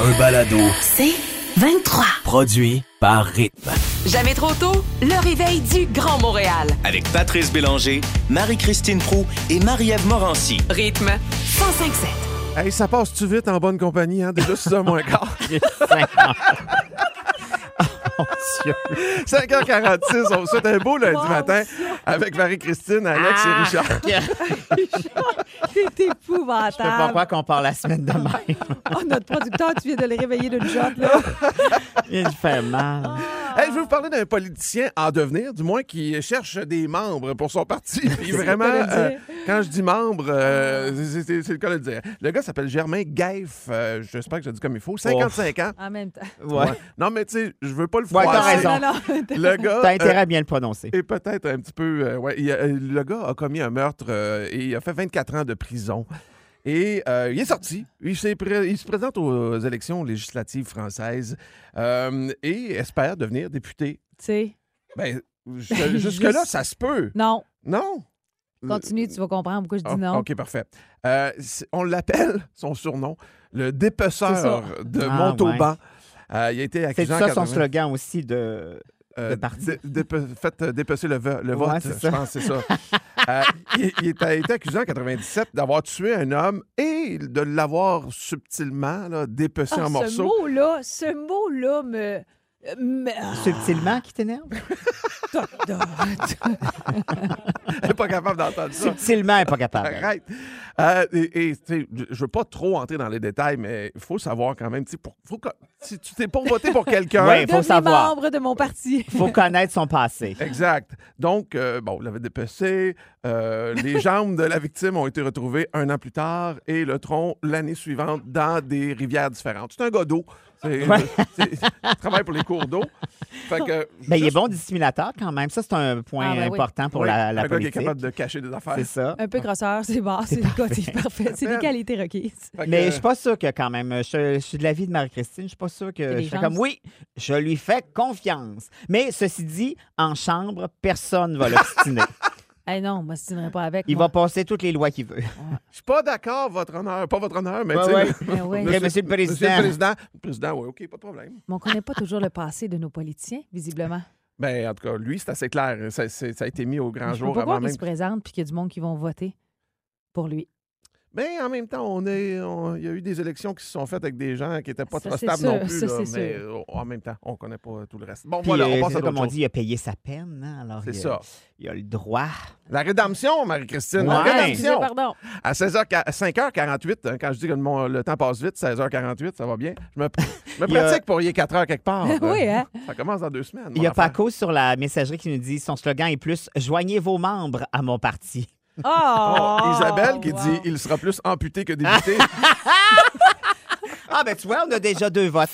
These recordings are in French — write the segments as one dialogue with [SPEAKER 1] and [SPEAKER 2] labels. [SPEAKER 1] Un balado
[SPEAKER 2] C'est 23.
[SPEAKER 1] produit par Rythme.
[SPEAKER 2] Jamais trop tôt, le réveil du Grand Montréal.
[SPEAKER 3] avec Patrice Bélanger, Marie-Christine Prou et Marie-Ève Morancy.
[SPEAKER 2] Rythme 105.7.
[SPEAKER 4] Hey, ça passe-tu vite en bonne compagnie, hein? Déjà, c'est un moins quart. Oh, 5h46, on vous souhaite un beau lundi matin avec Marie-Christine, Alex et Richard.
[SPEAKER 5] C'est
[SPEAKER 6] Je peux pas
[SPEAKER 5] épouvantable.
[SPEAKER 6] croire qu'on part la semaine de même.
[SPEAKER 5] Oh, notre producteur, tu viens de le réveiller d'une shot, là.
[SPEAKER 6] Il fait mal.
[SPEAKER 4] Hey, je vais vous parler d'un politicien en devenir, du moins, qui cherche des membres pour son parti. Puis vraiment,
[SPEAKER 5] le cas de le
[SPEAKER 4] euh,
[SPEAKER 5] dire.
[SPEAKER 4] quand je dis membres, euh, c'est- c'est c'est le cas de le dire. Le gars s'appelle Germain Gaeff, euh, j'espère que je le dis comme il faut, 55 ans.
[SPEAKER 5] En même temps.
[SPEAKER 6] Ouais.
[SPEAKER 4] Ouais. Non, mais tu sais, je veux pas le
[SPEAKER 6] Ouais,
[SPEAKER 4] froisser.
[SPEAKER 6] t'as raison.
[SPEAKER 5] Non, non.
[SPEAKER 4] Le gars...
[SPEAKER 6] T'as
[SPEAKER 4] euh,
[SPEAKER 6] intérêt à bien le prononcer.
[SPEAKER 4] Et peut-être un petit peu. euh, ouais, il a- euh, le gars a commis un meurtre euh, et il a fait 24 ans de prison. Et euh, il est sorti. Il, s'est pré- il se présente aux élections législatives françaises euh, et espère devenir député.
[SPEAKER 5] Tu sais,
[SPEAKER 4] Ben, ju-
[SPEAKER 5] Ben,
[SPEAKER 4] jusque-là,
[SPEAKER 5] juste-
[SPEAKER 4] ça se peut.
[SPEAKER 5] non.
[SPEAKER 4] Non?
[SPEAKER 5] Continue, tu vas comprendre pourquoi je dis
[SPEAKER 4] Ah,
[SPEAKER 5] non.
[SPEAKER 4] OK, parfait. Euh, c'est- on l'appelle, son surnom, le dépeceur de
[SPEAKER 6] Ah,
[SPEAKER 4] Montauban. Euh, il a été
[SPEAKER 6] C'est
[SPEAKER 4] accusé en
[SPEAKER 6] ça son
[SPEAKER 4] 80
[SPEAKER 6] slogan aussi de.
[SPEAKER 4] Euh,
[SPEAKER 6] de parti.
[SPEAKER 4] dé- dépe- faites euh, dépasser le, vo- le
[SPEAKER 6] Ouais,
[SPEAKER 4] vote,
[SPEAKER 6] c'est
[SPEAKER 4] je
[SPEAKER 6] ça.
[SPEAKER 4] pense, c'est ça. Euh, il, il est- a été accusé en 97 d'avoir tué un homme et de l'avoir subtilement là, dépecé
[SPEAKER 5] Ah,
[SPEAKER 4] en
[SPEAKER 5] ce
[SPEAKER 4] morceaux.
[SPEAKER 5] mot-là, ce mot-là me... me- ah,
[SPEAKER 6] Subtilement qui t'énerve?
[SPEAKER 5] toc, toc.
[SPEAKER 4] Elle n'est pas capable d'entendre ça.
[SPEAKER 6] Subtilement, elle est pas capable. elle.
[SPEAKER 4] Arrête. Euh, et, et, tu sais, je ne veux pas trop entrer dans les détails, mais il faut savoir quand même, tu sais, pour- faut que- si tu t'es pour voter pour quelqu'un,
[SPEAKER 6] Ouais, faut
[SPEAKER 5] Devenez
[SPEAKER 6] savoir.
[SPEAKER 5] membre de mon parti.
[SPEAKER 6] Faut connaître son passé.
[SPEAKER 4] Exact. Donc, euh, bon, on l'avait dépecé. euh, les jambes de la victime ont été retrouvées un an plus tard et le tronc l'année suivante dans des rivières différentes. C'est un gars d'eau. C'est- euh,
[SPEAKER 6] Ouais.
[SPEAKER 4] c'est- Il travaille pour les cours d'eau. Fait que,
[SPEAKER 6] Mais Ben, il est
[SPEAKER 4] juste-
[SPEAKER 6] bon discriminateur quand même. Ça, c'est un point
[SPEAKER 5] Ah, ben oui.
[SPEAKER 6] important pour
[SPEAKER 4] Oui,
[SPEAKER 6] la, la
[SPEAKER 4] un gars qui est
[SPEAKER 6] politique.
[SPEAKER 4] capable de cacher des affaires.
[SPEAKER 6] C'est ça.
[SPEAKER 5] Un peu grosseur, c'est bas, c'est négatif, parfait. C'est des
[SPEAKER 4] Parfait.
[SPEAKER 5] qualités requises.
[SPEAKER 4] Fait que,
[SPEAKER 6] Mais je suis pas sûr que quand même. Je, je suis de l'avis de Marie-Christine. Je suis pas sûr
[SPEAKER 5] a
[SPEAKER 6] que.
[SPEAKER 5] des
[SPEAKER 6] Je fais
[SPEAKER 5] chances.
[SPEAKER 6] comme oui, je lui fais confiance. Mais ceci dit, en chambre, personne va l'obstiner.
[SPEAKER 5] Eh non, moi, si tu n'irais pas avec
[SPEAKER 6] Il va
[SPEAKER 5] moi.
[SPEAKER 6] passer toutes les lois qu'il veut.
[SPEAKER 4] je suis pas d'accord, votre honneur. Pas votre honneur, mais
[SPEAKER 6] Ouais,
[SPEAKER 4] tu sais,
[SPEAKER 6] ouais.
[SPEAKER 5] Ben ouais.
[SPEAKER 6] Mais Monsieur le
[SPEAKER 4] Monsieur
[SPEAKER 6] Président.
[SPEAKER 4] le président. Le président, oui, OK, pas de problème.
[SPEAKER 5] Mais on connaît pas toujours le passé de nos politiciens, visiblement.
[SPEAKER 4] Ben, en tout cas, lui, c'est assez clair. Ça, c'est- ça a été mis au grand
[SPEAKER 5] Je peux
[SPEAKER 4] jour
[SPEAKER 5] pas
[SPEAKER 4] avant
[SPEAKER 5] croire qu'il
[SPEAKER 4] même.
[SPEAKER 5] se présente puis qu'il y a du monde qui vont voter pour lui.
[SPEAKER 4] Mais en même temps, on est, on- il y a eu des élections qui se sont faites avec des gens qui n'étaient pas
[SPEAKER 5] Ça,
[SPEAKER 4] trop
[SPEAKER 5] c'est
[SPEAKER 4] stables
[SPEAKER 5] sûr,
[SPEAKER 4] non plus.
[SPEAKER 5] ça,
[SPEAKER 4] là,
[SPEAKER 5] c'est
[SPEAKER 4] mais
[SPEAKER 5] sûr.
[SPEAKER 4] euh, en même temps, on ne connaît pas tout le reste. Bon,
[SPEAKER 6] Puis,
[SPEAKER 4] voilà,
[SPEAKER 6] euh,
[SPEAKER 4] on passe
[SPEAKER 6] c'est
[SPEAKER 4] à
[SPEAKER 6] ça, comme
[SPEAKER 4] d'autres
[SPEAKER 6] on
[SPEAKER 4] choses.
[SPEAKER 6] dit, il a payé sa peine. hein, Alors,
[SPEAKER 4] C'est
[SPEAKER 6] il a-
[SPEAKER 4] ça.
[SPEAKER 6] Il a le droit.
[SPEAKER 4] La rédemption, Marie-Christine. La
[SPEAKER 6] Ouais.
[SPEAKER 5] Excusez,
[SPEAKER 4] rédemption.
[SPEAKER 5] pardon.
[SPEAKER 4] À 16h, 5h48, hein, quand je dis que le, mon- le temps passe vite, 16h48, ça va bien. Je me, je me
[SPEAKER 6] Il y a-
[SPEAKER 4] pratique pour y aller 4h quelque part. euh.
[SPEAKER 5] Oui, hein?
[SPEAKER 4] Ça commence dans deux semaines.
[SPEAKER 6] Il y a
[SPEAKER 4] mon affaire.
[SPEAKER 6] Paco sur la messagerie qui nous dit son slogan est plus Joignez vos membres à mon parti.
[SPEAKER 5] Oh,
[SPEAKER 4] Oh, Isabelle qui
[SPEAKER 5] wow.
[SPEAKER 4] dit il sera plus amputé que député.
[SPEAKER 6] Ah, ben tu vois, on a déjà deux votes.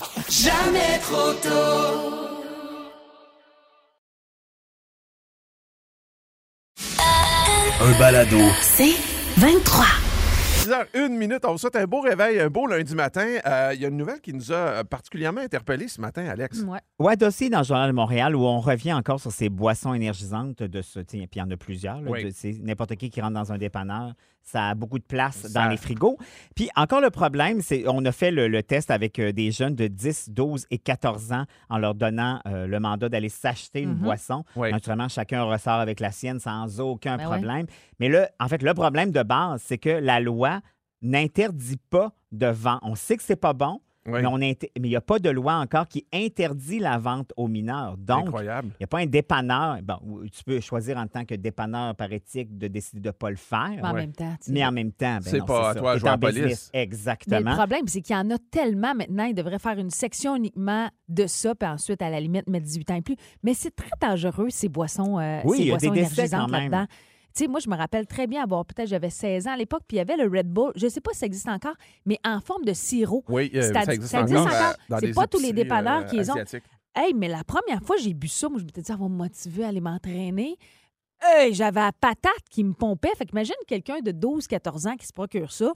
[SPEAKER 1] Un balado.
[SPEAKER 2] C'est 23.
[SPEAKER 4] 10h01 minute. On vous souhaite un beau réveil, un beau lundi matin. Euh, Il y a une nouvelle qui nous a euh, particulièrement interpellés ce matin, Alex.
[SPEAKER 5] Ouais.
[SPEAKER 6] Ouais, dossier dans le Journal de Montréal où on revient encore sur ces boissons énergisantes de ce. tu sais, Puis il y en a plusieurs. là,
[SPEAKER 4] Oui.
[SPEAKER 6] de- c'est N'importe qui qui rentre dans un dépanneur, ça a beaucoup de place
[SPEAKER 4] Ça-
[SPEAKER 6] dans les frigos. Puis encore le problème, c'est on a fait le, le test avec euh, des jeunes de 10, 12 et 14 ans en leur donnant euh, le mandat d'aller s'acheter une
[SPEAKER 5] Mhm.
[SPEAKER 6] boisson.
[SPEAKER 4] Oui.
[SPEAKER 6] Naturellement, chacun ressort avec la sienne sans aucun
[SPEAKER 5] Ben
[SPEAKER 6] problème. Mais là, en fait, le problème de base, c'est que la loi n'interdit pas de vendre. On sait que c'est pas bon,
[SPEAKER 4] Oui.
[SPEAKER 6] mais on inter- mais il n'y a pas de loi encore qui interdit la vente aux mineurs. Donc, il
[SPEAKER 4] Incroyable.
[SPEAKER 6] n'y a pas un dépanneur. Bon, où tu peux choisir en tant que dépanneur par éthique de décider de ne pas le faire.
[SPEAKER 5] Mais en
[SPEAKER 4] Ouais.
[SPEAKER 5] même temps, tu sais.
[SPEAKER 6] Mais en même temps, ben
[SPEAKER 4] Ben, C'est
[SPEAKER 6] non,
[SPEAKER 4] pas à
[SPEAKER 6] ça.
[SPEAKER 4] toi de
[SPEAKER 6] T'es
[SPEAKER 4] jouer
[SPEAKER 6] en
[SPEAKER 4] à la police.
[SPEAKER 6] business.
[SPEAKER 5] Mais le
[SPEAKER 6] Exactement.
[SPEAKER 5] problème, c'est qu'il y en a tellement maintenant, ils devraient faire une section uniquement de ça, puis ensuite, à la limite, mettre 18 ans et plus. Mais c'est très dangereux, ces boissons, euh,
[SPEAKER 6] Oui,
[SPEAKER 5] ces
[SPEAKER 6] il y a
[SPEAKER 5] boissons
[SPEAKER 6] des décès
[SPEAKER 5] énergisantes
[SPEAKER 6] quand même.
[SPEAKER 5] là-dedans. Tu sais, moi, je me rappelle très bien avoir, peut-être j'avais 16 ans à l'époque, puis il y avait le Red Bull, je sais pas si ça existe encore, mais en forme de sirop.
[SPEAKER 4] Oui, euh,
[SPEAKER 5] C'est-à-dire-
[SPEAKER 4] ça existe
[SPEAKER 5] ça existe
[SPEAKER 4] encore.
[SPEAKER 5] encore.
[SPEAKER 4] euh, dans
[SPEAKER 5] C'est
[SPEAKER 4] des
[SPEAKER 5] pas tous les
[SPEAKER 4] épiceries,
[SPEAKER 5] dépanneurs
[SPEAKER 4] euh,
[SPEAKER 5] qui les ont.
[SPEAKER 4] asiatiques.
[SPEAKER 5] Hey, mais la première fois j'ai bu ça, moi, je m'étais dit, ça va me motiver à aller m'entraîner. Hey, j'avais la patate qui me pompait. Fait qu'imagine quelqu'un de 12-14 ans qui se procure ça.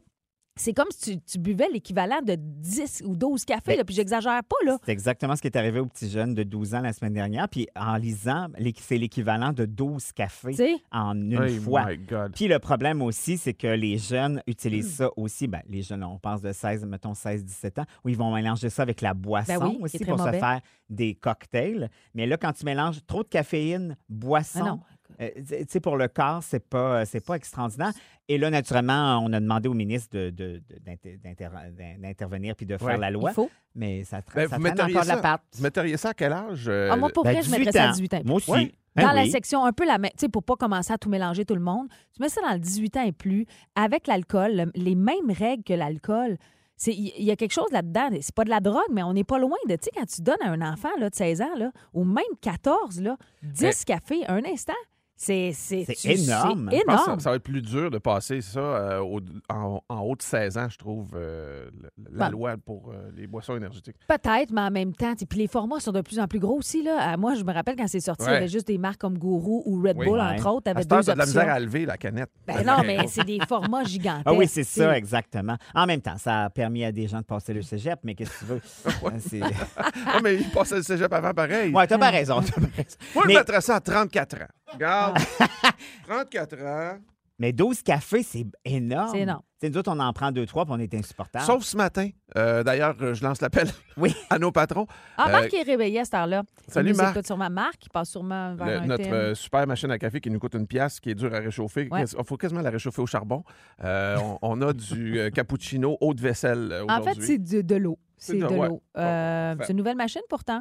[SPEAKER 5] C'est comme si tu, tu buvais l'équivalent de 10 ou 12 cafés,
[SPEAKER 6] Ben,
[SPEAKER 5] là, puis j'exagère pas, là.
[SPEAKER 6] C'est exactement ce qui est arrivé au petit jeune de 12 ans la semaine dernière. Puis en lisant, l'é- c'est l'équivalent de 12 cafés
[SPEAKER 5] Tu sais?
[SPEAKER 6] en une
[SPEAKER 4] Hey
[SPEAKER 6] fois.
[SPEAKER 4] my God.
[SPEAKER 6] Puis le problème aussi, c'est que les jeunes utilisent
[SPEAKER 5] Hmm.
[SPEAKER 6] ça aussi. Ben, les jeunes, on pense de 16, mettons 16, 17 ans, où ils vont mélanger ça avec la boisson
[SPEAKER 5] Ben oui, qui est
[SPEAKER 6] aussi
[SPEAKER 5] très
[SPEAKER 6] pour
[SPEAKER 5] mauvais.
[SPEAKER 6] se faire des cocktails. Mais là, quand tu mélanges trop de caféine,
[SPEAKER 5] Ah non.
[SPEAKER 6] boisson, euh, tu sais, pour le corps, c'est pas, euh, c'est pas extraordinaire. Et là, naturellement, on a demandé au ministre de- de- de- d'inter- d'inter- d'in- d'intervenir puis de faire
[SPEAKER 4] Ouais.
[SPEAKER 6] la loi.
[SPEAKER 5] Il faut.
[SPEAKER 6] Mais ça, tra-
[SPEAKER 4] Ben,
[SPEAKER 6] ça
[SPEAKER 4] vous
[SPEAKER 6] traîne
[SPEAKER 4] metteriez
[SPEAKER 6] encore de la
[SPEAKER 4] ça-
[SPEAKER 6] pâte.
[SPEAKER 4] Vous metteriez ça à quel âge? euh,
[SPEAKER 5] Ah, moi, pour
[SPEAKER 6] Ben,
[SPEAKER 5] vrai, je mettrais ça à 18 ans.
[SPEAKER 6] Moi aussi.
[SPEAKER 4] Ouais.
[SPEAKER 6] Ben
[SPEAKER 5] dans la
[SPEAKER 6] oui.
[SPEAKER 5] section un peu la même, tu sais, pour pas commencer à tout mélanger tout le monde, tu mets ça dans le 18 ans et plus, avec l'alcool, le- les mêmes règles que l'alcool. C'est- Il il y a quelque chose là-dedans. C'est pas de la drogue, mais on n'est pas loin de. Tu sais, quand tu donnes à un enfant là, de 16 ans, là, ou même 14, là, 10 cafés, un instant, c'est c'est-
[SPEAKER 6] C'est
[SPEAKER 5] tu-
[SPEAKER 6] énorme.
[SPEAKER 5] C'est
[SPEAKER 4] Ben Je pense que
[SPEAKER 5] énorme.
[SPEAKER 4] Ah, ça, ça va être plus dur de passer ça euh, au- en, en haut de 16 ans, je trouve, euh, la
[SPEAKER 5] Bon.
[SPEAKER 4] loi pour euh, les boissons énergétiques.
[SPEAKER 5] Peut-être, mais en même temps. tu sais, Puis les formats sont de plus en plus gros aussi. Là. Euh, Moi, je me rappelle quand c'est sorti, il y
[SPEAKER 4] Ouais.
[SPEAKER 5] avait juste des marques comme Guru ou Red
[SPEAKER 4] Oui.
[SPEAKER 5] Bull,
[SPEAKER 6] Ouais.
[SPEAKER 5] entre autres.
[SPEAKER 4] À
[SPEAKER 5] T'avais
[SPEAKER 4] cette heure,
[SPEAKER 5] deux
[SPEAKER 4] t'as de la
[SPEAKER 5] options.
[SPEAKER 4] misère à lever la canette.
[SPEAKER 5] Ben non, mais c'est des formats gigantesques.
[SPEAKER 6] Ah oui, c'est
[SPEAKER 5] tu sais.
[SPEAKER 6] ça, exactement. En même temps, ça a permis à des gens de passer le cégep, mais qu'est-ce que tu veux? Hein, c'est-
[SPEAKER 4] Ah, mais il passait le cégep avant pareil.
[SPEAKER 6] Ouais, t'as pas raison. t'as pas raison.
[SPEAKER 4] Moi,
[SPEAKER 6] mais,
[SPEAKER 4] je mettrais ça à 34 ans. Regarde. 34 ans.
[SPEAKER 6] mais 12 cafés, c'est énorme.
[SPEAKER 5] C'est énorme.
[SPEAKER 6] Tu sais, nous autres, on en prend deux, trois, puis on est
[SPEAKER 5] Ah.
[SPEAKER 6] insupportables.
[SPEAKER 4] Sauf ce matin. Euh, D'ailleurs, euh, je lance l'appel
[SPEAKER 6] Oui.
[SPEAKER 4] à nos patrons.
[SPEAKER 5] Ah,
[SPEAKER 4] Euh,
[SPEAKER 5] Marc est réveillé à cette heure-là.
[SPEAKER 4] Salut,
[SPEAKER 5] Il nous
[SPEAKER 4] Marc.
[SPEAKER 5] écoute sûrement Marc, il passe sûrement vers
[SPEAKER 4] Le-
[SPEAKER 5] un
[SPEAKER 4] notre
[SPEAKER 5] thème.
[SPEAKER 4] euh, super machine à café qui nous coûte une pièce, qui est dure à réchauffer.
[SPEAKER 5] Ouais.
[SPEAKER 4] Il faut quasiment la réchauffer au charbon. Euh, on, on a du euh, cappuccino haut de vaisselle euh,
[SPEAKER 5] en fait,
[SPEAKER 4] aujourd'hui.
[SPEAKER 5] c'est de, de l'eau.
[SPEAKER 4] C'est
[SPEAKER 5] C'est
[SPEAKER 4] de-
[SPEAKER 5] de
[SPEAKER 4] ouais.
[SPEAKER 5] l'eau. Euh,
[SPEAKER 4] Parfait.
[SPEAKER 5] c'est une nouvelle machine pourtant.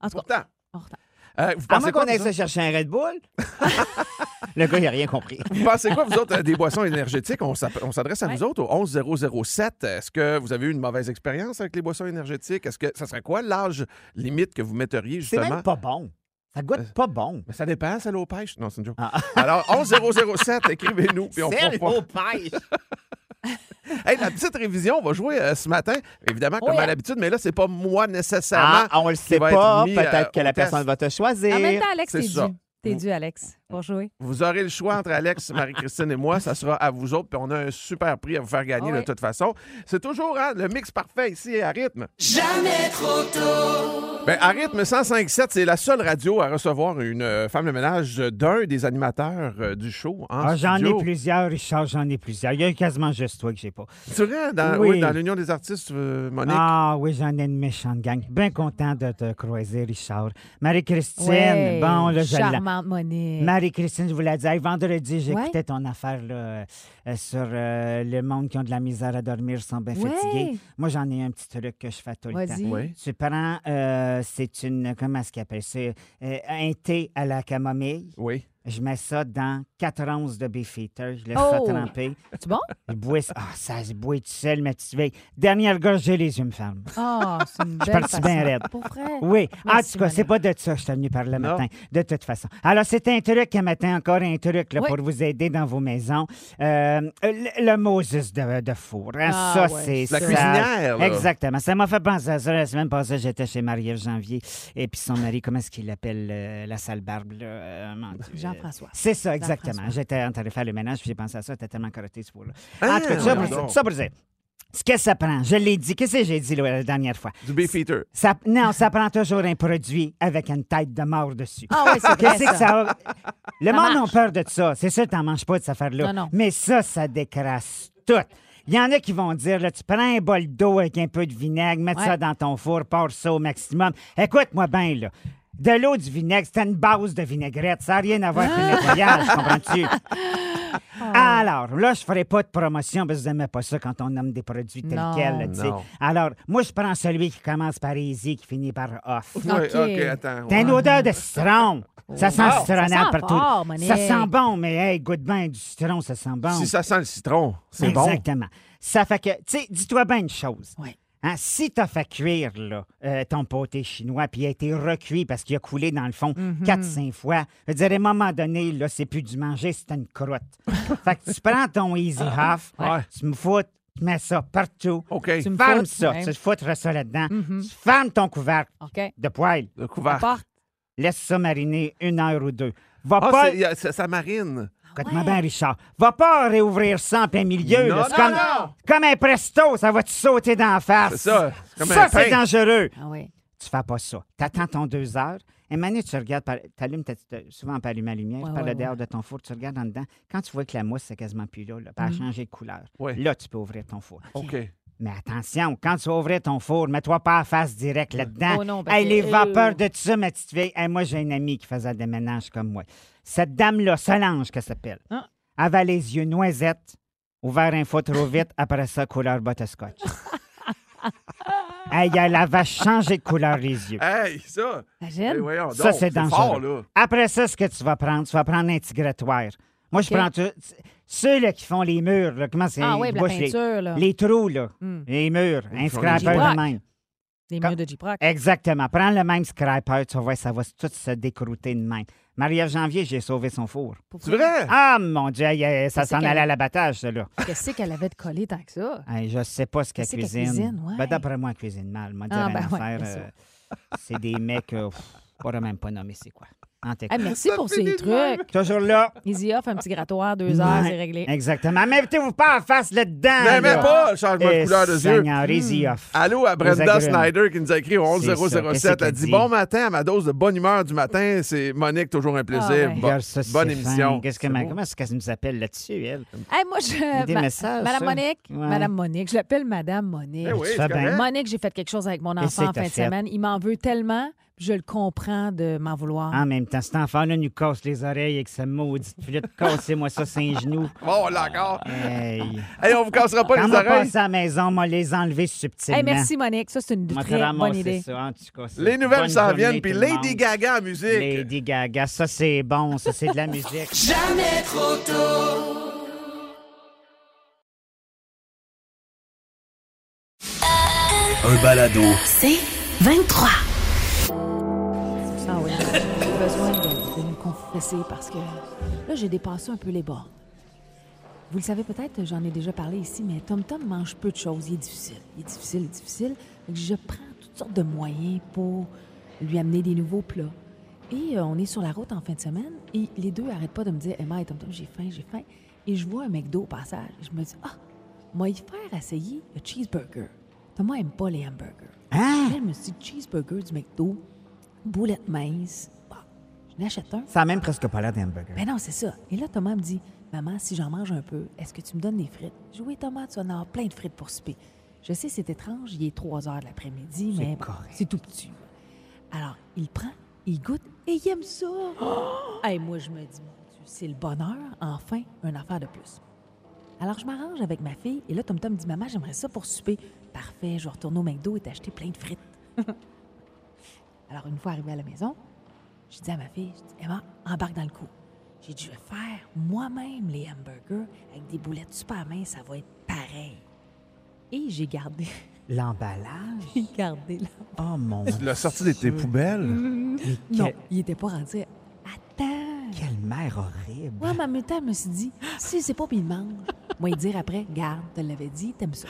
[SPEAKER 5] En tout cas,
[SPEAKER 4] Pourtant.
[SPEAKER 5] on retend.
[SPEAKER 4] euh, vous
[SPEAKER 6] À
[SPEAKER 4] pensez
[SPEAKER 6] moins
[SPEAKER 4] quoi,
[SPEAKER 6] qu'on
[SPEAKER 4] vous
[SPEAKER 6] aille se chercher un Red Bull. le gars, il n'a rien compris.
[SPEAKER 4] Vous pensez quoi, vous autres, euh, des boissons énergétiques? On s'app- on s'adresse à vous autres au 11007. Est-ce que vous avez eu une mauvaise expérience avec les boissons énergétiques? Est-ce que ça serait quoi l'âge limite que vous metteriez,
[SPEAKER 6] C'est
[SPEAKER 4] justement?
[SPEAKER 6] même pas bon. Ça
[SPEAKER 4] Euh.
[SPEAKER 6] goûte pas bon.
[SPEAKER 4] Mais ça dépend, celle aux pêches. Non, c'est une joke.
[SPEAKER 6] Ah.
[SPEAKER 4] Alors, 11007, écrivez-nous. puis on fera
[SPEAKER 6] C'est
[SPEAKER 4] pas-
[SPEAKER 6] au pêche.
[SPEAKER 4] Hey, la petite révision, on va jouer euh, ce matin, évidemment, comme
[SPEAKER 5] Oui.
[SPEAKER 4] à l'habitude, mais là, c'est pas moi nécessairement.
[SPEAKER 6] Ah, on le sait
[SPEAKER 4] va être
[SPEAKER 6] pas.
[SPEAKER 4] mis,
[SPEAKER 6] Peut-être
[SPEAKER 4] euh,
[SPEAKER 6] que
[SPEAKER 4] au
[SPEAKER 6] la
[SPEAKER 4] test.
[SPEAKER 6] personne va te choisir.
[SPEAKER 5] En même temps, Alex,
[SPEAKER 4] c'est
[SPEAKER 5] t'es dû.
[SPEAKER 4] ça.
[SPEAKER 5] T'es
[SPEAKER 4] Vous-
[SPEAKER 5] dû, Alex, pour jouer.
[SPEAKER 4] Vous aurez le choix entre Alex, Marie-Christine et moi. Ça sera à vous autres. Puis on a un super prix à vous faire gagner
[SPEAKER 5] Ah ouais.
[SPEAKER 4] de toute façon. C'est toujours hein, le mix parfait ici à rythme. Jamais trop tôt. Ben, à rythme 105.7, c'est la seule radio à recevoir une euh, femme de ménage d'un des animateurs euh, du show. en
[SPEAKER 6] Ah, j'en ai
[SPEAKER 4] studio.
[SPEAKER 6] plusieurs, Richard, j'en ai plusieurs. Il y a quasiment juste toi que j'ai pas.
[SPEAKER 4] Tu verras, dans,
[SPEAKER 6] Oui.
[SPEAKER 4] oui, dans l'Union des artistes, euh, Monique.
[SPEAKER 6] Ah oui, j'en ai une méchante gang. Bien content de te croiser, Richard. Marie-Christine,
[SPEAKER 5] Ouais,
[SPEAKER 6] bon, là, je l'ai.
[SPEAKER 5] Charmante monnaie.
[SPEAKER 6] Marie-Christine, je vous la dire, vendredi, j'écoutais
[SPEAKER 5] Ouais.
[SPEAKER 6] ton affaire là, euh, euh, sur euh, le monde qui ont de la misère à dormir, sont bien
[SPEAKER 5] Ouais.
[SPEAKER 6] fatigués. Moi, j'en ai un petit truc que je fais tout le temps.
[SPEAKER 5] Vas-y.
[SPEAKER 4] Oui.
[SPEAKER 6] Tu prends, euh, c'est une, comment est-ce qu'ils appellent ça? Euh, un thé à la camomille.
[SPEAKER 4] Oui.
[SPEAKER 6] Je mets ça dans 4 onces de beefeater. Je laisse ça
[SPEAKER 5] Oh!
[SPEAKER 6] tremper.
[SPEAKER 5] Tu bon?
[SPEAKER 6] Je bois ça. Ah, ça, je bois tout seul, mais tu veilles. Dernière gorge, j'ai les yeux me ferment.
[SPEAKER 5] Ah, c'est une belle
[SPEAKER 6] parti
[SPEAKER 5] façon.
[SPEAKER 6] bien raide.
[SPEAKER 5] Pour vrai.
[SPEAKER 6] Oui. en
[SPEAKER 5] Merci,
[SPEAKER 6] tout cas, c'est
[SPEAKER 5] Manon.
[SPEAKER 6] pas de ça que je suis venu parler
[SPEAKER 4] Non.
[SPEAKER 6] matin, de toute façon. Alors, c'est un truc un matin, encore un truc là,
[SPEAKER 5] Oui.
[SPEAKER 6] pour vous aider dans vos maisons. Euh, le, le Moses de, de four. hein,
[SPEAKER 5] Ah,
[SPEAKER 6] ça,
[SPEAKER 5] ouais,
[SPEAKER 6] c'est
[SPEAKER 4] La
[SPEAKER 6] ça.
[SPEAKER 4] cuisinière, là.
[SPEAKER 6] Exactement. Ça m'a fait penser à ça la semaine passée. J'étais chez Marie-Ève Janvier et puis son mari, comment est-ce qu'il l'appelle, euh, la sale barbe? là, euh, mon Dieu.
[SPEAKER 5] Jean-François.
[SPEAKER 6] C'est ça,
[SPEAKER 5] Jean-François.
[SPEAKER 6] exactement. J'étais en train de faire le ménage, puis j'ai pensé à ça, t'as tellement correcté ce four-là.
[SPEAKER 4] Ah,
[SPEAKER 6] en tout cas, ça pour
[SPEAKER 4] voyons
[SPEAKER 6] dire-
[SPEAKER 4] donc.
[SPEAKER 6] ça pour dire. Ce que ça prend, je l'ai dit. Qu'est-ce que j'ai dit là, la dernière fois?
[SPEAKER 4] Du Beefeater.
[SPEAKER 6] Ça- non, ça prend toujours un produit avec une tête de mort dessus.
[SPEAKER 5] Ah oui, c'est vrai,
[SPEAKER 6] Qu'est-ce que
[SPEAKER 5] ça.
[SPEAKER 6] ça a- Le
[SPEAKER 5] marche.
[SPEAKER 6] monde a peur de ça. C'est sûr, t'en manges pas de cette affaire-là.
[SPEAKER 5] Non, non.
[SPEAKER 6] Mais ça, ça décrasse tout. Il y en a qui vont dire, là, tu prends un bol d'eau avec un peu de vinaigre, mets
[SPEAKER 5] Ouais.
[SPEAKER 6] ça dans ton four, pars ça au maximum. Écoute-moi bien, là. De l'eau, du vinaigre, c'est une base de vinaigrette. Ça n'a rien à voir avec le nettoyage, comprends-tu?
[SPEAKER 5] Ah.
[SPEAKER 6] Alors, là, je ne ferai pas de promotion parce que vous n'aimez pas ça quand on nomme des produits tels
[SPEAKER 5] Non.
[SPEAKER 6] quels. là, tu sais.
[SPEAKER 4] Non.
[SPEAKER 6] Alors, moi, je prends celui qui commence par easy, qui finit par off.
[SPEAKER 4] Ouais,
[SPEAKER 5] Ok.
[SPEAKER 4] OK, attends.
[SPEAKER 6] T'as une odeur de citron. Ça sent le
[SPEAKER 5] Ça
[SPEAKER 6] citronnade
[SPEAKER 5] sent
[SPEAKER 6] partout.
[SPEAKER 5] fort, Monique.
[SPEAKER 6] ça sent bon, mais hey, goûte bien du citron, ça sent bon.
[SPEAKER 4] Si ça sent le citron, c'est bon.
[SPEAKER 6] Exactement. Ça fait que, tu sais, dis-toi bien une chose.
[SPEAKER 5] Ouais.
[SPEAKER 6] Hein, si t'as fait cuire là, euh, ton pâté chinois, puis il a été recuit parce qu'il a coulé dans le fond
[SPEAKER 5] Mhm.
[SPEAKER 6] 4-5 fois, je veux dire, à un moment donné, là, c'est plus du manger, c'est une croûte. fait que tu prends ton Easy Half,
[SPEAKER 4] Ah. Ouais.
[SPEAKER 6] tu me fous, tu mets ça partout.
[SPEAKER 4] OK.
[SPEAKER 6] Tu
[SPEAKER 5] me
[SPEAKER 6] fermes
[SPEAKER 5] fous,
[SPEAKER 6] ça,
[SPEAKER 5] ouais. Mhm.
[SPEAKER 6] tu te foutres ça là-dedans. Tu fermes ton couvercle
[SPEAKER 5] OK.
[SPEAKER 6] de poêle.
[SPEAKER 4] Le
[SPEAKER 5] On
[SPEAKER 4] couvert.
[SPEAKER 5] part.
[SPEAKER 6] Laisse ça mariner une heure ou deux. Va
[SPEAKER 4] Ah,
[SPEAKER 6] pas.
[SPEAKER 4] c'est- y a- ça, ça marine.
[SPEAKER 6] Écoute-moi bien, Richard. Va pas réouvrir ça en plein milieu.
[SPEAKER 4] Non,
[SPEAKER 6] là. C'est
[SPEAKER 4] non,
[SPEAKER 6] comme,
[SPEAKER 4] non.
[SPEAKER 6] comme un presto, ça va te sauter d'en face.
[SPEAKER 4] C'est ça, c'est comme
[SPEAKER 6] Ça,
[SPEAKER 4] un
[SPEAKER 6] c'est
[SPEAKER 4] pain.
[SPEAKER 6] dangereux.
[SPEAKER 5] Ah oui.
[SPEAKER 6] Tu fais pas ça. T'attends ton deux heures. Et maintenant, tu regardes, par... t'allumes, ta- ta- souvent, pas allumer la lumière,
[SPEAKER 5] Ouais,
[SPEAKER 6] par le
[SPEAKER 5] ouais,
[SPEAKER 6] dehors de ton four, tu regardes en dedans. Quand tu vois que la mousse, c'est quasiment plus là, là puis elle
[SPEAKER 5] Mm-hmm.
[SPEAKER 6] a changé de couleur,
[SPEAKER 4] Ouais. Oh.
[SPEAKER 6] là, tu peux ouvrir ton four.
[SPEAKER 4] OK.
[SPEAKER 6] Mais attention, quand tu vas ouvrir ton four, mets-toi pas en face direct là-dedans.
[SPEAKER 5] Oh non, parce
[SPEAKER 6] Hey,
[SPEAKER 5] que-
[SPEAKER 6] les
[SPEAKER 5] Euh.
[SPEAKER 6] vapeurs de tout ça, ma petite fille. Hey, moi, j'ai une amie qui faisait des ménages comme moi. Cette dame-là, Solange, qu'elle s'appelle,
[SPEAKER 5] Ah.
[SPEAKER 6] avait les yeux noisettes, ouvert un fois trop vite, après ça, couleur butterscotch. hey, elle avait changé de couleur les yeux.
[SPEAKER 4] Hey, ça!
[SPEAKER 5] Imagine.
[SPEAKER 4] Eh, voyons
[SPEAKER 6] Ça,
[SPEAKER 4] donc,
[SPEAKER 6] c'est dangereux.
[SPEAKER 4] fort, là.
[SPEAKER 6] Après ça, ce que tu vas prendre, tu vas prendre un petit grattoir. Moi, je
[SPEAKER 5] OK.
[SPEAKER 6] prends tout- ceux là, qui font les murs, là, comment c'est?
[SPEAKER 5] Ah oui,
[SPEAKER 6] ils
[SPEAKER 5] la
[SPEAKER 6] bouchent les-
[SPEAKER 5] peinture, là.
[SPEAKER 6] Les trous, là.
[SPEAKER 5] Hmm.
[SPEAKER 6] Les murs. Un
[SPEAKER 4] font
[SPEAKER 6] scrapper
[SPEAKER 5] des
[SPEAKER 6] de
[SPEAKER 5] brocs.
[SPEAKER 6] même.
[SPEAKER 5] Les
[SPEAKER 6] Quand-
[SPEAKER 5] murs de J-Proc.
[SPEAKER 6] Eh, Exactement. Prends le même scraper, tu vas voir, ça va tout se décrouter de même. Marie-Ève Janvier, j'ai sauvé son four.
[SPEAKER 4] C'est vrai?
[SPEAKER 6] Ah, mon Dieu, aïe, aïe, ça
[SPEAKER 5] Qu'est-ce
[SPEAKER 6] s'en
[SPEAKER 5] qu'elle-
[SPEAKER 6] allait à l'abattage, ça, là.
[SPEAKER 5] Qu'est-ce qu'elle avait de collé tant que ça?
[SPEAKER 6] Hey, je sais pas ce qu'elle
[SPEAKER 5] Qu'est-ce qu'elle
[SPEAKER 6] cuisine.
[SPEAKER 5] cuisine, ouais.
[SPEAKER 6] Ben, D'après moi, elle cuisine mal. Moi, dire
[SPEAKER 5] Ah,
[SPEAKER 6] une
[SPEAKER 5] ben ouais,
[SPEAKER 6] affaire,
[SPEAKER 5] bien sûr.
[SPEAKER 6] euh, c'est des mecs, euh, pff, on pourrait même pas nommer c'est quoi. En tout cas.
[SPEAKER 5] Ah, merci pour ces trucs.
[SPEAKER 6] Toujours là.
[SPEAKER 5] Ils y offrent un petit grattoir, deux heures,
[SPEAKER 6] Ouais,
[SPEAKER 5] c'est réglé.
[SPEAKER 6] Exactement. Mais mettez-vous pas en face là-dedans.
[SPEAKER 4] Mais
[SPEAKER 6] là.
[SPEAKER 4] même pas! Changement de
[SPEAKER 6] Eh,
[SPEAKER 4] couleur de yeux. Hmm.
[SPEAKER 6] Seigneur, easy off.
[SPEAKER 4] Allô à Brenda
[SPEAKER 6] agrumes.
[SPEAKER 4] Snyder qui nous a écrit au
[SPEAKER 6] C'est ça,
[SPEAKER 4] 11007.
[SPEAKER 6] qu'est-ce
[SPEAKER 4] Elle dit
[SPEAKER 6] qu'elle
[SPEAKER 4] Bon
[SPEAKER 6] dit?
[SPEAKER 4] matin à ma dose de bonne humeur du matin. C'est Monique, toujours un plaisir.
[SPEAKER 5] Ah, ouais.
[SPEAKER 4] Bon-
[SPEAKER 6] Regarde ça,
[SPEAKER 4] bonne
[SPEAKER 6] c'est fin.
[SPEAKER 4] émission.
[SPEAKER 6] Qu'est-ce que
[SPEAKER 4] C'est
[SPEAKER 6] ma-
[SPEAKER 4] beau.
[SPEAKER 6] Comment est-ce qu'elle nous appelle là-dessus, elle?
[SPEAKER 5] Hey, moi, je.
[SPEAKER 6] Des messages,
[SPEAKER 5] Madame
[SPEAKER 6] ça.
[SPEAKER 5] Monique.
[SPEAKER 6] Ouais. Ben
[SPEAKER 5] Madame Monique. Je l'appelle Madame Monique.
[SPEAKER 4] Eh oui,
[SPEAKER 6] Tu
[SPEAKER 4] c'est
[SPEAKER 6] fais bien.
[SPEAKER 4] correct.
[SPEAKER 5] Monique, j'ai fait quelque chose avec mon
[SPEAKER 6] Qu'est-ce que
[SPEAKER 5] enfant en
[SPEAKER 6] t'as
[SPEAKER 5] fin de
[SPEAKER 6] fait?
[SPEAKER 5] semaine. Il m'en veut tellement, je le comprends de m'en vouloir.
[SPEAKER 6] En même temps, cet enfant-là nous casse les oreilles avec sa maudite flûte. Cassez-moi ça, c'est un genou.
[SPEAKER 4] Bon, là encore.
[SPEAKER 6] Hey.
[SPEAKER 4] Hey, on vous cassera pas
[SPEAKER 6] Quand on
[SPEAKER 4] les
[SPEAKER 6] va
[SPEAKER 4] oreilles.
[SPEAKER 6] passer à la maison, on va les enlever subtilement.
[SPEAKER 5] Hey, merci, Monique. Ça, c'est une
[SPEAKER 6] On va te
[SPEAKER 5] très bonne
[SPEAKER 6] ramasser
[SPEAKER 5] idée.
[SPEAKER 6] ça, en tout cas. c'est
[SPEAKER 4] Les
[SPEAKER 6] une
[SPEAKER 4] nouvelles
[SPEAKER 6] bonne
[SPEAKER 4] s'en
[SPEAKER 6] journée,
[SPEAKER 4] viennent.
[SPEAKER 6] tout
[SPEAKER 4] Puis
[SPEAKER 6] le
[SPEAKER 4] Lady
[SPEAKER 6] monde.
[SPEAKER 4] Gaga en musique.
[SPEAKER 6] Lady Gaga, ça c'est bon, ça c'est de la musique.
[SPEAKER 1] Un balado.
[SPEAKER 2] 23.
[SPEAKER 5] Ah oui, j'ai besoin de, de me confesser parce que là, j'ai dépassé un peu les bornes. Vous le savez peut-être, j'en ai déjà parlé ici, mais Tom Tom mange peu de choses. Il est difficile. Il est difficile, difficile. Fait que Je prends toutes sortes de moyens pour lui amener des nouveaux plats. Et euh, on est sur la route en fin de semaine et les deux n'arrêtent pas de me dire Emma et Tom Tom, j'ai faim, j'ai faim. Et je vois un McDo au passage. Je me dis Ah, moi, y faire essayer le cheeseburger. Tom aime pas les hamburgers.
[SPEAKER 6] Hein?
[SPEAKER 5] Là, je me suis dit, cheeseburger du McDo, boulette mince. Bon, je n'achète un.
[SPEAKER 6] Ça a même presque pas l'air d'un burger.
[SPEAKER 5] Ben non, c'est ça. Et là, Thomas me dit, maman, si j'en mange un peu, est-ce que tu me donnes des frites? Je dis, oui, Thomas, tu vas en avoir plein de frites pour souper. Je sais, c'est étrange, il est 3 heures de l'après-midi, mais bon,
[SPEAKER 6] correct.
[SPEAKER 5] Eh ben, c'est tout petit. Alors, il prend, il goûte et il aime ça. Hey, moi, je me dis, mon Dieu, c'est le bonheur, enfin, une affaire de plus. Alors, je m'arrange avec ma fille et là, Tom Tom me dit, maman, j'aimerais ça pour souper. Parfait, je vais retourner au McDo et t'acheter plein de frites. Alors, une fois arrivée à la maison, je dis à ma fille, je dis, Emma, embarque dans le coup. J'ai dû faire moi-même les hamburgers avec des boulettes super minces, ça va être pareil. Et j'ai gardé,
[SPEAKER 6] L'emballage?
[SPEAKER 5] j'ai gardé là.
[SPEAKER 6] Oh mon
[SPEAKER 4] Tu l'as sorti de tes
[SPEAKER 6] Mm.
[SPEAKER 4] poubelles.
[SPEAKER 5] Non, il était pas rendu. Attends.
[SPEAKER 6] Quelle mère horrible!
[SPEAKER 5] Ouais, mais en même temps, je me suis dit, si c'est pas, puis il mange. Moi, il dire après, garde, te l'avais dit, t'aimes ça.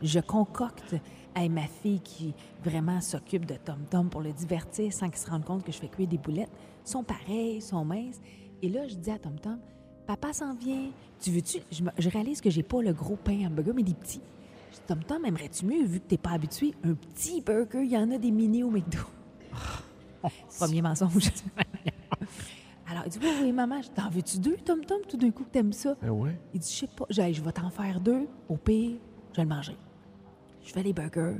[SPEAKER 5] Je concocte à ma fille qui vraiment s'occupe de Tom Tom pour le divertir sans qu'il se rende compte que je fais cuire des boulettes. Ils sont pareils, sont minces. Et là, je dis à Tom Tom, papa s'en vient. Tu veux-tu? Je, me- je réalise que j'ai pas le gros pain hamburger, mais des petits. Je dis, Tom Tom, aimerais-tu mieux, vu que t'es pas habitué, un petit burger? Il y en a des mini au McDo. Premier mensonge. Alors, il dit, oui, oui, maman, je- t'en veux-tu deux, Tom Tom, tout d'un coup que t'aimes ça?
[SPEAKER 4] Eh oui.
[SPEAKER 5] Il dit, je sais pas, je, je vais t'en faire deux. Au pire, je vais le manger. Je fais les burgers.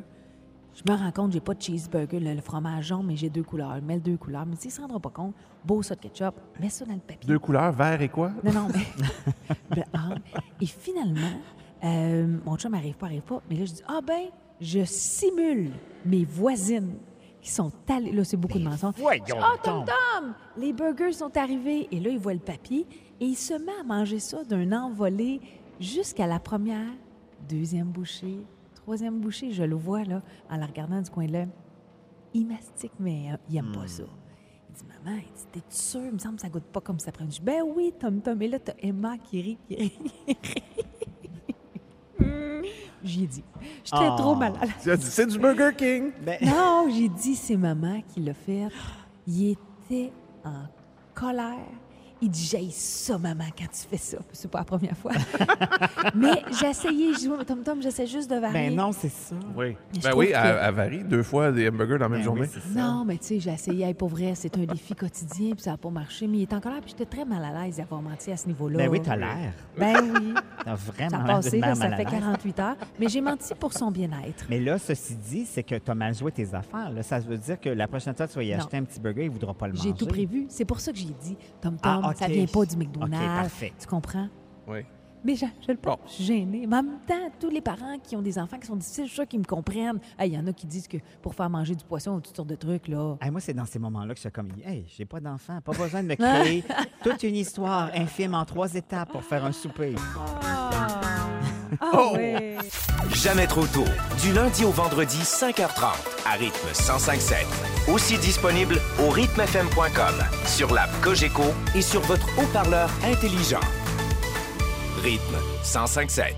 [SPEAKER 5] Je me rends compte, j'ai pas de cheeseburger, le, le fromage jaune, mais j'ai deux couleurs. Mets le deux couleurs. Mais tu sais, il s'en rendra pas compte. Beau ça de ketchup. Mets ça dans le papier.
[SPEAKER 4] Deux couleurs, vert et quoi?
[SPEAKER 5] Non, non, mais. Bleu, ambre. Et finalement, euh, mon chum arrive pas, arrive pas. Mais là, je dis Ah ben, je simule mes voisines qui sont allées. Là, c'est beaucoup de mensonges.
[SPEAKER 6] voyons
[SPEAKER 5] Je dis, Ah, Tom
[SPEAKER 6] donc.
[SPEAKER 5] Tom, les burgers sont arrivés. Et là, il voit le papier et il se met à manger ça d'un envolé jusqu'à la première, deuxième bouchée, troisième bouchée. Je le vois, là, en la regardant du coin de l'œil. Il mastique, mais euh, il aime pas ça. Il dit, maman, il dit, t'es sûre? Il me semble que ça goûte pas comme ça. Après, je dis, ben oui, Tom Tom. Et là, t'as Emma qui rit, qui rit, qui rit. J'y ai dit. J'étais
[SPEAKER 6] Ah.
[SPEAKER 5] trop mal à l'aise.
[SPEAKER 4] Tu as dit, C'est du Burger King.
[SPEAKER 5] Non, j'ai dit, c'est maman qui l'a fait. Il était en colère. Il dit J'ai ça, maman, quand tu fais ça. C'est pas la première fois. Mais j'essayais, je dis Oui, Tom Tom, j'essaie juste de varier.
[SPEAKER 7] Ben non, c'est ça.
[SPEAKER 4] Oui.
[SPEAKER 5] Mais je
[SPEAKER 4] Ben
[SPEAKER 5] trouve
[SPEAKER 4] oui,
[SPEAKER 5] que-
[SPEAKER 4] à, à Varie, deux fois des hamburgers dans la même
[SPEAKER 7] Ben
[SPEAKER 4] journée.
[SPEAKER 7] oui, c'est ça.
[SPEAKER 5] Non, mais tu sais, j'ai essayé, Hey, pour vrai, c'est un défi quotidien, puis ça n'a pas marché. Mais il est encore là, puis j'étais très mal à l'aise d'avoir menti à ce niveau-là.
[SPEAKER 6] Ben oui, t'as l'air.
[SPEAKER 5] Ben oui,
[SPEAKER 6] T'as
[SPEAKER 5] ça
[SPEAKER 6] vraiment
[SPEAKER 5] a
[SPEAKER 6] l'air
[SPEAKER 5] passé,
[SPEAKER 6] d'une
[SPEAKER 5] là,
[SPEAKER 6] mère
[SPEAKER 5] ça fait
[SPEAKER 6] mal à l'aise.
[SPEAKER 5] 48 heures. Mais j'ai menti pour son bien-être.
[SPEAKER 6] Mais là, ceci dit, c'est que t'as mal joué tes affaires. là. Ça veut dire que la prochaine fois que tu vas y
[SPEAKER 5] Non.
[SPEAKER 6] acheter un petit burger, il voudra pas le manger.
[SPEAKER 5] J'ai tout prévu. C'est pour ça que j'ai dit, Tom Tom,
[SPEAKER 6] Ah, OK.
[SPEAKER 5] ça vient pas du McDonald's.
[SPEAKER 6] OK, parfait.
[SPEAKER 5] Tu comprends?
[SPEAKER 4] Oui.
[SPEAKER 5] Mais je, je le pense,
[SPEAKER 4] Bon.
[SPEAKER 5] je suis gênée. Mais en même temps, tous les parents qui ont des enfants qui sont difficiles, je suis sûre qu'ils me comprennent. Ah, Il y en a qui disent que pour faire manger du poisson, toutes sortes de trucs, là.
[SPEAKER 6] Hey, moi, c'est dans ces moments-là que je suis comme, hey, j'ai pas d'enfant, pas besoin de me créer toute une histoire, un film en trois étapes pour faire un souper.
[SPEAKER 5] Ah ouais.
[SPEAKER 3] Jamais trop tôt. Du lundi au vendredi, 5h30, à rythme 105.7. Aussi disponible au rythmefm.com, sur l'app Cogeco et sur votre haut-parleur intelligent. Rythme 105.7.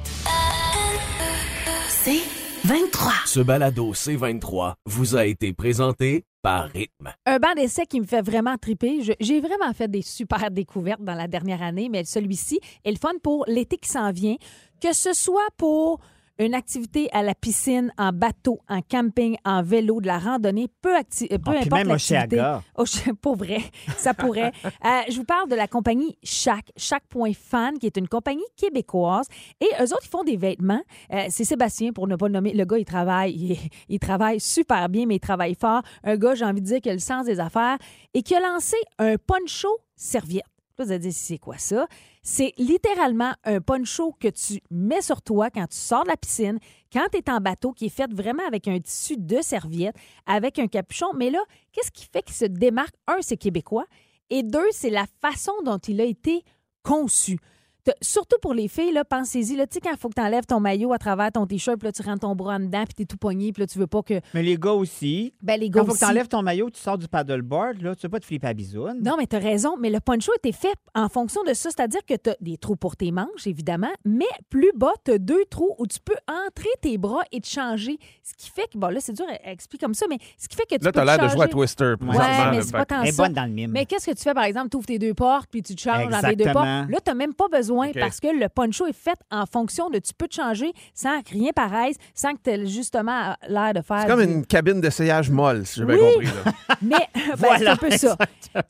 [SPEAKER 2] C'est 23.
[SPEAKER 1] Ce balado C23 vous a été présenté par Rythme.
[SPEAKER 5] Un banc d'essai qui me fait vraiment triper. Je- J'ai vraiment fait des super découvertes dans la dernière année, mais celui-ci est le fun pour l'été qui s'en vient. Que ce soit pour une activité à la piscine, en bateau, en camping, en vélo, de la randonnée, peu, acti- euh,
[SPEAKER 6] Ah,
[SPEAKER 5] peu
[SPEAKER 6] puis
[SPEAKER 5] importe
[SPEAKER 6] même
[SPEAKER 5] l'activité.
[SPEAKER 6] Oshéaga.
[SPEAKER 5] Oh, je- pas vrai, ça pourrait. Euh, je vous parle de la compagnie Chac, Chac.fan, qui est une compagnie québécoise. Et eux autres, ils font des vêtements. Euh, c'est Sébastien, pour ne pas le nommer. Le gars, il travaille, il, il travaille super bien, mais il travaille fort. Un gars, j'ai envie de dire, qui a le sens des affaires et qui a lancé un poncho serviette. Là, Vous allez dire, c'est quoi ça? C'est littéralement un poncho que tu mets sur toi quand tu sors de la piscine, quand tu es en bateau, qui est fait vraiment avec un tissu de serviette, avec un capuchon. Mais là, qu'est-ce qui fait qu'il se démarque? Un, c'est québécois. Et deux, c'est la façon dont il a été conçu. T'as- Surtout pour les filles, là, pensez-y. Là, tu sais, quand il faut que tu enlèves ton maillot à travers ton t-shirt, puis là, tu rentres ton bras en dedans, puis tu es tout pogné, puis là, tu veux pas que.
[SPEAKER 6] Mais les gars aussi,
[SPEAKER 5] Ben, les gars.
[SPEAKER 6] quand faut que
[SPEAKER 5] aussi.
[SPEAKER 6] t'enlèves ton maillot, tu sors du paddleboard, là, tu veux pas te flipper à bisoune.
[SPEAKER 5] Non, mais tu as raison. Mais le poncho était fait en fonction de ça. C'est-à-dire que tu as des trous pour tes manches, évidemment, mais plus bas, tu as deux trous où tu peux entrer tes bras et te changer. Ce qui fait que, bon, là, c'est dur à à expliquer comme ça, mais ce qui fait que tu
[SPEAKER 4] Là,
[SPEAKER 5] peux.
[SPEAKER 4] t'as
[SPEAKER 5] te
[SPEAKER 4] l'air de jouer à
[SPEAKER 5] changer.
[SPEAKER 4] Twister. présentement,
[SPEAKER 5] Ouais, mais
[SPEAKER 4] là,
[SPEAKER 5] c'est
[SPEAKER 4] fait
[SPEAKER 5] pas tant
[SPEAKER 6] Elle est
[SPEAKER 5] ça.
[SPEAKER 6] bonne dans le mime.
[SPEAKER 5] Mais qu'est-ce que tu fais, par exemple? Tu ouvres tes deux portes, puis tu te changes dans tes deux
[SPEAKER 6] Exactement.
[SPEAKER 5] portes. Là, tu n'as même pas besoin
[SPEAKER 4] OK.
[SPEAKER 5] parce que le poncho est fait en fonction de tu peux te changer sans que rien paraisse, sans que tu aies justement euh, l'air de faire.
[SPEAKER 4] C'est comme
[SPEAKER 5] du-
[SPEAKER 4] une cabine d'essayage molle, si j'ai bien
[SPEAKER 5] Oui.
[SPEAKER 4] compris. là.
[SPEAKER 5] Mais ben, c'est
[SPEAKER 6] Voilà,
[SPEAKER 5] un peu ça.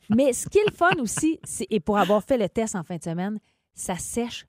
[SPEAKER 5] Mais ce qui est le fun aussi, c'est- et pour avoir fait le test en fin de semaine, ça sèche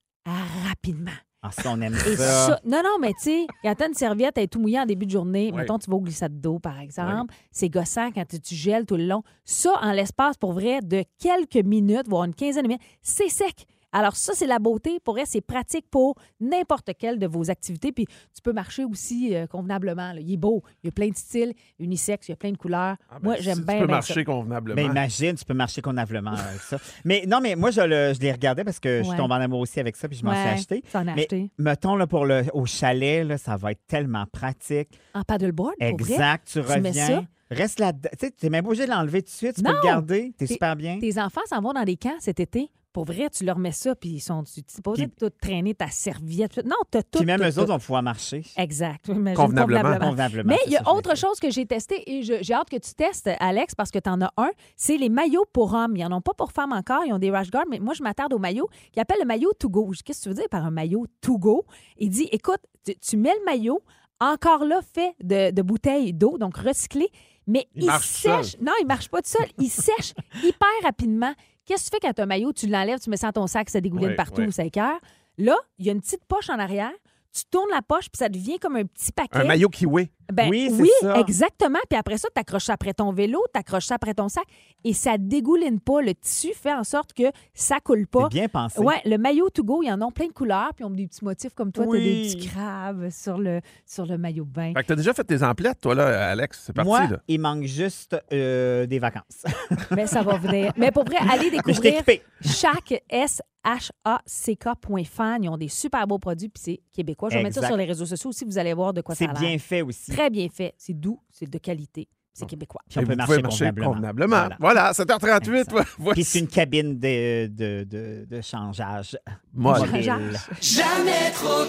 [SPEAKER 5] rapidement.
[SPEAKER 6] Ah, ça, on aime
[SPEAKER 5] Et
[SPEAKER 6] ça.
[SPEAKER 5] ça- non, non, mais tu sais, quand t'as une serviette, elle est tout mouillée en début de journée.
[SPEAKER 4] Oui.
[SPEAKER 5] Mettons, tu vas au glissade d'eau, par exemple. C'est gossant quand tu- tu gèles tout le long. Ça, en l'espace, pour vrai, de quelques minutes, voire une quinzaine de minutes, c'est sec. Alors ça, c'est la beauté. Pour vrai, c'est pratique pour n'importe quelle de vos activités. Puis tu peux marcher aussi euh, convenablement. là. Il est beau. Il y a plein de styles unisex. Il y a plein de couleurs.
[SPEAKER 4] Ah, ben,
[SPEAKER 5] Moi,
[SPEAKER 4] si
[SPEAKER 5] j'aime bien,
[SPEAKER 4] Tu peux
[SPEAKER 5] bien
[SPEAKER 4] marcher
[SPEAKER 5] ça.
[SPEAKER 4] convenablement.
[SPEAKER 6] Mais Ben, imagine, tu peux marcher convenablement avec ça. Mais non, mais moi, je, le, je les regardais parce que je
[SPEAKER 5] Ouais.
[SPEAKER 6] tombe en amour aussi avec ça, puis je m'en suis
[SPEAKER 5] Ouais,
[SPEAKER 6] acheté.
[SPEAKER 5] tu en as
[SPEAKER 6] mais
[SPEAKER 5] acheté.
[SPEAKER 6] mettons, là, pour le, au chalet, là, ça va être tellement pratique.
[SPEAKER 5] En paddleboard, pour vrai.
[SPEAKER 6] Exact, tu
[SPEAKER 5] Tu mets ça.
[SPEAKER 6] reviens. Reste là-dedans. Tu sais, t'es même pas obligé de l'enlever tout de suite. Tu peux
[SPEAKER 5] Non.
[SPEAKER 6] le garder. T'es
[SPEAKER 5] T'es-
[SPEAKER 6] super bien.
[SPEAKER 5] Tes enfants s'en vont dans des camps cet été. Pour vrai, tu leur mets ça, puis ils sont tu t'es pas obligé de tout traîner ta serviette. tout- Non, t'as tout.
[SPEAKER 6] Puis même
[SPEAKER 5] tout,
[SPEAKER 6] eux autres
[SPEAKER 5] tout.
[SPEAKER 6] vont pouvoir marcher.
[SPEAKER 5] Exact. Imagine,
[SPEAKER 4] Convenablement.
[SPEAKER 6] Convenablement.
[SPEAKER 5] Mais
[SPEAKER 6] c'est
[SPEAKER 5] il y
[SPEAKER 6] ça
[SPEAKER 5] a
[SPEAKER 6] que je
[SPEAKER 5] autre
[SPEAKER 6] voulais dire.
[SPEAKER 5] chose que j'ai testé et je- j'ai hâte que tu testes, Alex, parce que tu en as un. C'est les maillots pour hommes. Ils n'en ont pas pour femmes encore. Ils ont des rash guards, mais moi, je m'attarde au maillot. Ils appellent le maillot to go. Je dis, Qu'est-ce que tu veux dire par un maillot to go? Il dit, écoute, tu, tu mets le maillot, encore là, fait de, de bouteilles d'eau, donc recyclé, mais
[SPEAKER 4] Il
[SPEAKER 5] il,
[SPEAKER 4] marche
[SPEAKER 5] sèche. Non, il marche pas tout seul. Il sèche hyper rapidement. Qu'est-ce que tu fais quand un maillot, tu l'enlèves, tu mets ça dans ton sac, ça dégouline
[SPEAKER 4] Ouais,
[SPEAKER 5] partout,
[SPEAKER 4] ouais.
[SPEAKER 5] ça écœure. Là, il y a une petite poche en arrière. Tu tournes la poche, puis ça devient comme un petit paquet.
[SPEAKER 4] Un maillot kiwi.
[SPEAKER 5] Ben,
[SPEAKER 6] Oui,
[SPEAKER 5] oui,
[SPEAKER 6] c'est ça.
[SPEAKER 5] exactement. Puis après ça, tu accroches ça après ton vélo, tu accroches ça après ton sac et ça dégouline pas. Le tissu fait en sorte que ça coule pas.
[SPEAKER 6] C'est bien pensé.
[SPEAKER 5] Ouais, le maillot to go, ils en ont plein de couleurs, puis ils ont des petits motifs comme toi, t'as
[SPEAKER 6] Oui.
[SPEAKER 5] des petits crabes sur le, sur le maillot de bain.
[SPEAKER 4] Fait que t'as déjà fait tes emplettes, toi, là, Alex. C'est parti,
[SPEAKER 6] Moi,
[SPEAKER 4] là.
[SPEAKER 6] il manque juste euh, des vacances.
[SPEAKER 5] Mais ça va venir. Mais pour vrai, allez
[SPEAKER 6] Mais je t'ai
[SPEAKER 5] découvrir
[SPEAKER 6] équipé.
[SPEAKER 5] chaque S H A C K.fan. Ils ont des super beaux produits, puis c'est québécois. Je vais mettre ça
[SPEAKER 6] Exact.
[SPEAKER 5] sur les réseaux sociaux aussi, vous allez voir de quoi ça
[SPEAKER 6] C'est
[SPEAKER 5] a l'air.
[SPEAKER 6] bien fait aussi.
[SPEAKER 5] Très bien fait. C'est doux, c'est de qualité, c'est québécois.
[SPEAKER 6] Puis on
[SPEAKER 4] Et
[SPEAKER 6] peut
[SPEAKER 4] vous
[SPEAKER 6] marcher,
[SPEAKER 4] pouvez marcher
[SPEAKER 6] convenablement.
[SPEAKER 4] convenablement.
[SPEAKER 6] Voilà.
[SPEAKER 4] Voilà, 7h38,
[SPEAKER 6] Exact.
[SPEAKER 4] voici.
[SPEAKER 6] Puis c'est une cabine de, de, de, de changeage.
[SPEAKER 4] Molle.
[SPEAKER 5] Jean-
[SPEAKER 6] Mobile.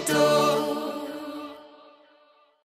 [SPEAKER 5] Jean-